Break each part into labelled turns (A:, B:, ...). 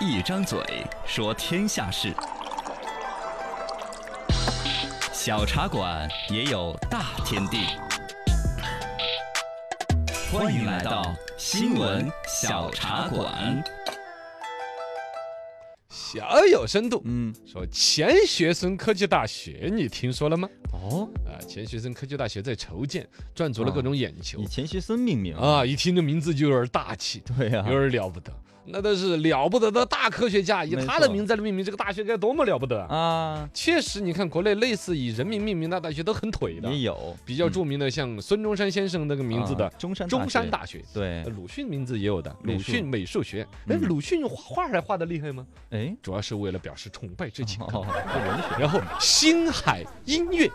A: 一张嘴说天下事，小茶馆也有大天地。欢迎来到新闻小茶馆。
B: 小有深度。
C: 嗯，
B: 说钱学森科技大学，你听说了吗？
C: 哦，
B: 啊，钱学森科技大学在筹建，赚足了各种眼球
C: 以钱学森命名，
B: 啊！一听这名字就有点大气，
C: 对啊呀
B: 有，点了不得。那都是了不得的大科学家，以
C: 没
B: 他的
C: 错
B: 名字来命名这个大学，该多么了不得啊！
C: 啊，
B: 确实，你看国内类似以人名命名的大学都很腿的
C: 也，有
B: 比较著名的像孙中山先生那个名字
C: 啊
B: 的
C: 中山
B: 中山
C: 学，
B: 大学，
C: 对
B: 呃，鲁迅名字也有的，
C: 美
B: 鲁
C: 术
B: 迅美术学院。哎，
C: 嗯
B: 鲁迅画画还画的厉害吗？
C: 哎，
B: 主要是为了表示崇拜之情。
C: 哦，文学，
B: 然后星海音乐，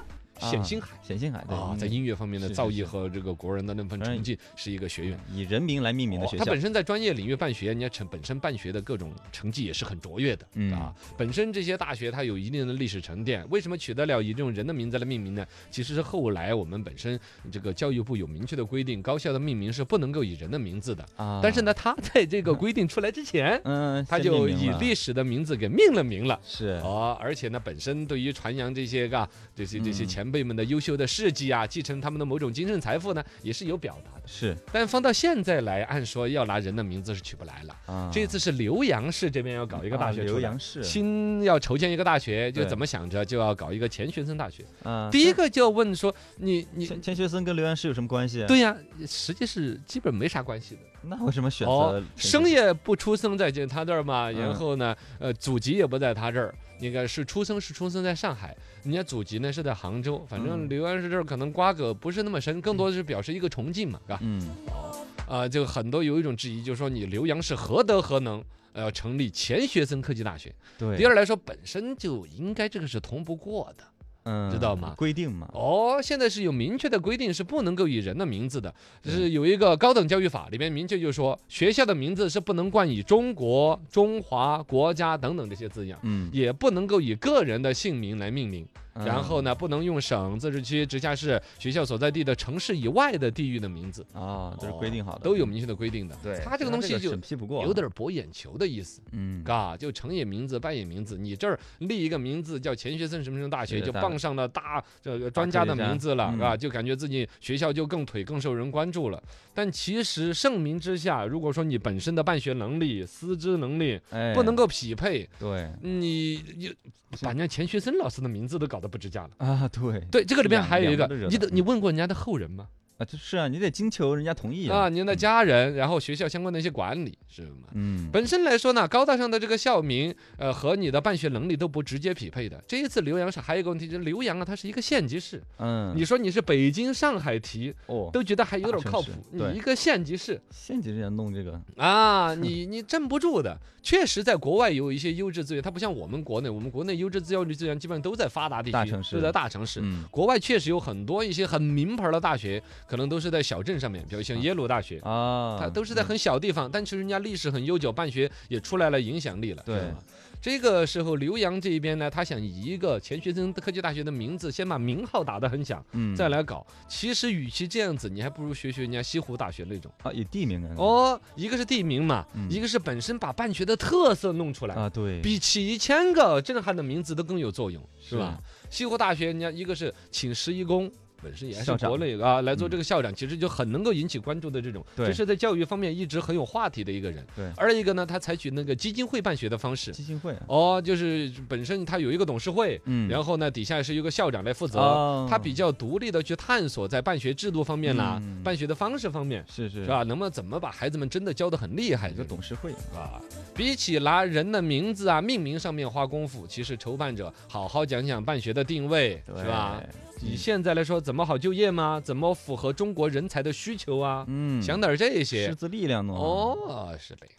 B: 冼
C: 啊
B: 星海。
C: 冼星海对
B: 啊，在
C: 音
B: 音乐方面的
C: 是
B: 造
C: 嗯是
B: 诣
C: 是
B: 和这个国人的那份
C: 当然
B: 成绩，是一个学院。
C: 以人名来命名的
B: 哦
C: 学
B: 他
C: 校
B: 本，身在专业领域办学，人家成本身办学的各种成绩也是很卓越的、
C: 嗯
B: 啊。本身这些大学它有一定的历史沉淀，为什么取得了以这种人的名字来命名呢？其实是后来我们本身这个教育部有明确的规定，高校的命名是不能够以人的名字的。
C: 啊，
B: 但是，呢，他在这个规定出来 之前，
C: 嗯，
B: 他
C: 先
B: 就
C: 命名
B: 以
C: 了
B: 历史的名字给命了名了。
C: 是
B: 哦，而且呢，本身对于传扬这些个这些这些
C: 嗯
B: 前辈们的优秀的事迹啊，继承他们的某种精神财富呢，也是有表达的。
C: 是
B: 但放到现在来，按说要拿人的名字是取不来了。
C: 啊，
B: 这次是浏阳市这边要搞一个大学
C: 啊
B: 出
C: 浏
B: 来，
C: 阳市，
B: 新要筹建一个大学，就
C: 对
B: 怎么想着就要搞一个钱学森大学。
C: 啊，
B: 第一个就要问说，你你
C: 钱钱学森跟浏阳市有什么关系？，啊
B: 对呀，实际是基本没啥关系的。
C: 那为什么选择
B: 哦
C: 钱，学
B: 生
C: 森
B: 也不出生在这他这儿嘛，
C: 嗯
B: 然后呢，呃，祖籍也不在他这儿。那个是出生是出生在上海，人家祖籍呢是在杭州，反正
C: 嗯
B: 刘安是这儿可能瓜葛不是那么深，更多的是表示一个崇敬嘛，嘎、
C: 嗯，
B: 啊，就很多有一种质疑，就是说你浏阳是何德何能，呃，成立钱学森科技大学。
C: 对，
B: 第二来说，本身就应该这个是通不过的。
C: 嗯，
B: 知道吗
C: 规定嘛，
B: 哦，现在是有明确的规定，是不能够以人的名字的，就
C: 对
B: 是有一个高等教育法里边明确就说，学校的名字是不能冠以中国、中华、国家等等这些字样。
C: 嗯，
B: 也不能够以个人的姓名来命名，
C: 嗯
B: 然后呢，不能用省、自治区、直辖市、学校所在地的城市以外的地域的名字，
C: 啊，都是规定好的，
B: 哦都有明确的规定的。
C: 对，
B: 它这个东西就
C: 审批不过，
B: 有点博眼球的意思，
C: 嗯，
B: 嘎，啊就成也名字，败也名字。你这儿立一个名字叫钱学森什么什么大学，
C: 这
B: 就
C: 个大
B: 傍上了大这个专家的名字了，
C: 嗯
B: 啊，就感觉自己学校就更腿更受人关注了。但其实盛名之下，如果说你本身的办学能力、师资能力
C: 哎，
B: 不能够匹配，
C: 对
B: 你你把人家钱学森老师的名字都搞得不值价了。
C: 啊，对
B: 对，这个里面
C: 两
B: 还有一
C: 两个
B: 个
C: 都惹，
B: 你
C: 到
B: 的你问过人家的后人吗？
C: 啊，就是啊，你得经求人家同意
B: 啊，
C: 啊，
B: 您的家人，然后学校相关的一些管理是吗？
C: 嗯，
B: 本身来说呢，高大上的这个校名，呃，和你的办学能力都不直接匹配的。这一次浏阳市还有一个问题，就是浏阳啊，它是一个县级市。
C: 嗯，
B: 你说你是北京、上海提，
C: 哦，
B: 都觉得还有点
C: 大城
B: 靠谱
C: 市。
B: 你
C: 对
B: 一个县 级市
C: 县级人弄这个，
B: 啊，你你镇不住的。确实，在国外有一些优质资源，它不像我们国内，我们国内优质教育资源基本上都在发达地区，
C: 大城市
B: 都在大城市。
C: 嗯
B: 国外确实有很多一些很名牌的大学，可能都是在小镇上面，比如像
C: 啊
B: 耶鲁大学，
C: 啊，
B: 它都是在很小地方，但其实人家历史很悠久，办学也出来了影响力了。
C: 对
B: 是吧这个时候浏阳这一边呢，他想以一个钱学森科技大学的名字，先把名号打得很响，
C: 嗯，
B: 再来搞。其实与其这样子，你还不如学学人家西湖大学那种。
C: 啊，以地名来弄
B: 哦，一个是地名嘛，
C: 嗯
B: 一个是本身把办学的特色弄出来。
C: 啊，对，
B: 比起一千个震撼的名字都更有作用，是
C: 是
B: 吧？西湖大学，人家一个是请十一公。本身也是
C: 校长嗯
B: 国内啊来做这个校长，其实就很能够引起关注的这种，
C: 对
B: 这是在教育方面一直很有话题的一个人。
C: 对
B: 二一个呢，他采取那个基金会办学的方式，
C: 基金会啊，
B: 哦，就是本身他有一个董事会，
C: 嗯，
B: 然后呢底下是一个校长来负责，
C: 哦
B: 他比较独立的去探索在办学制度方面啦
C: 嗯，
B: 办学的方式方面，
C: 是是
B: 是？吧？能不能怎么把孩子们真的教得很厉害？
C: 一
B: 这
C: 个
B: 种。
C: 董事会
B: 啊，比起拿人的名字啊、命名上面花功夫，其实筹办者好好讲讲办学的定位，
C: 对
B: 是吧？？以
C: 嗯
B: 现在来说，怎么好就业吗？怎么符合中国人才的需求啊？
C: 嗯，
B: 想点这
C: 识
B: 些
C: 字力量弄好
B: 哦，是嘞。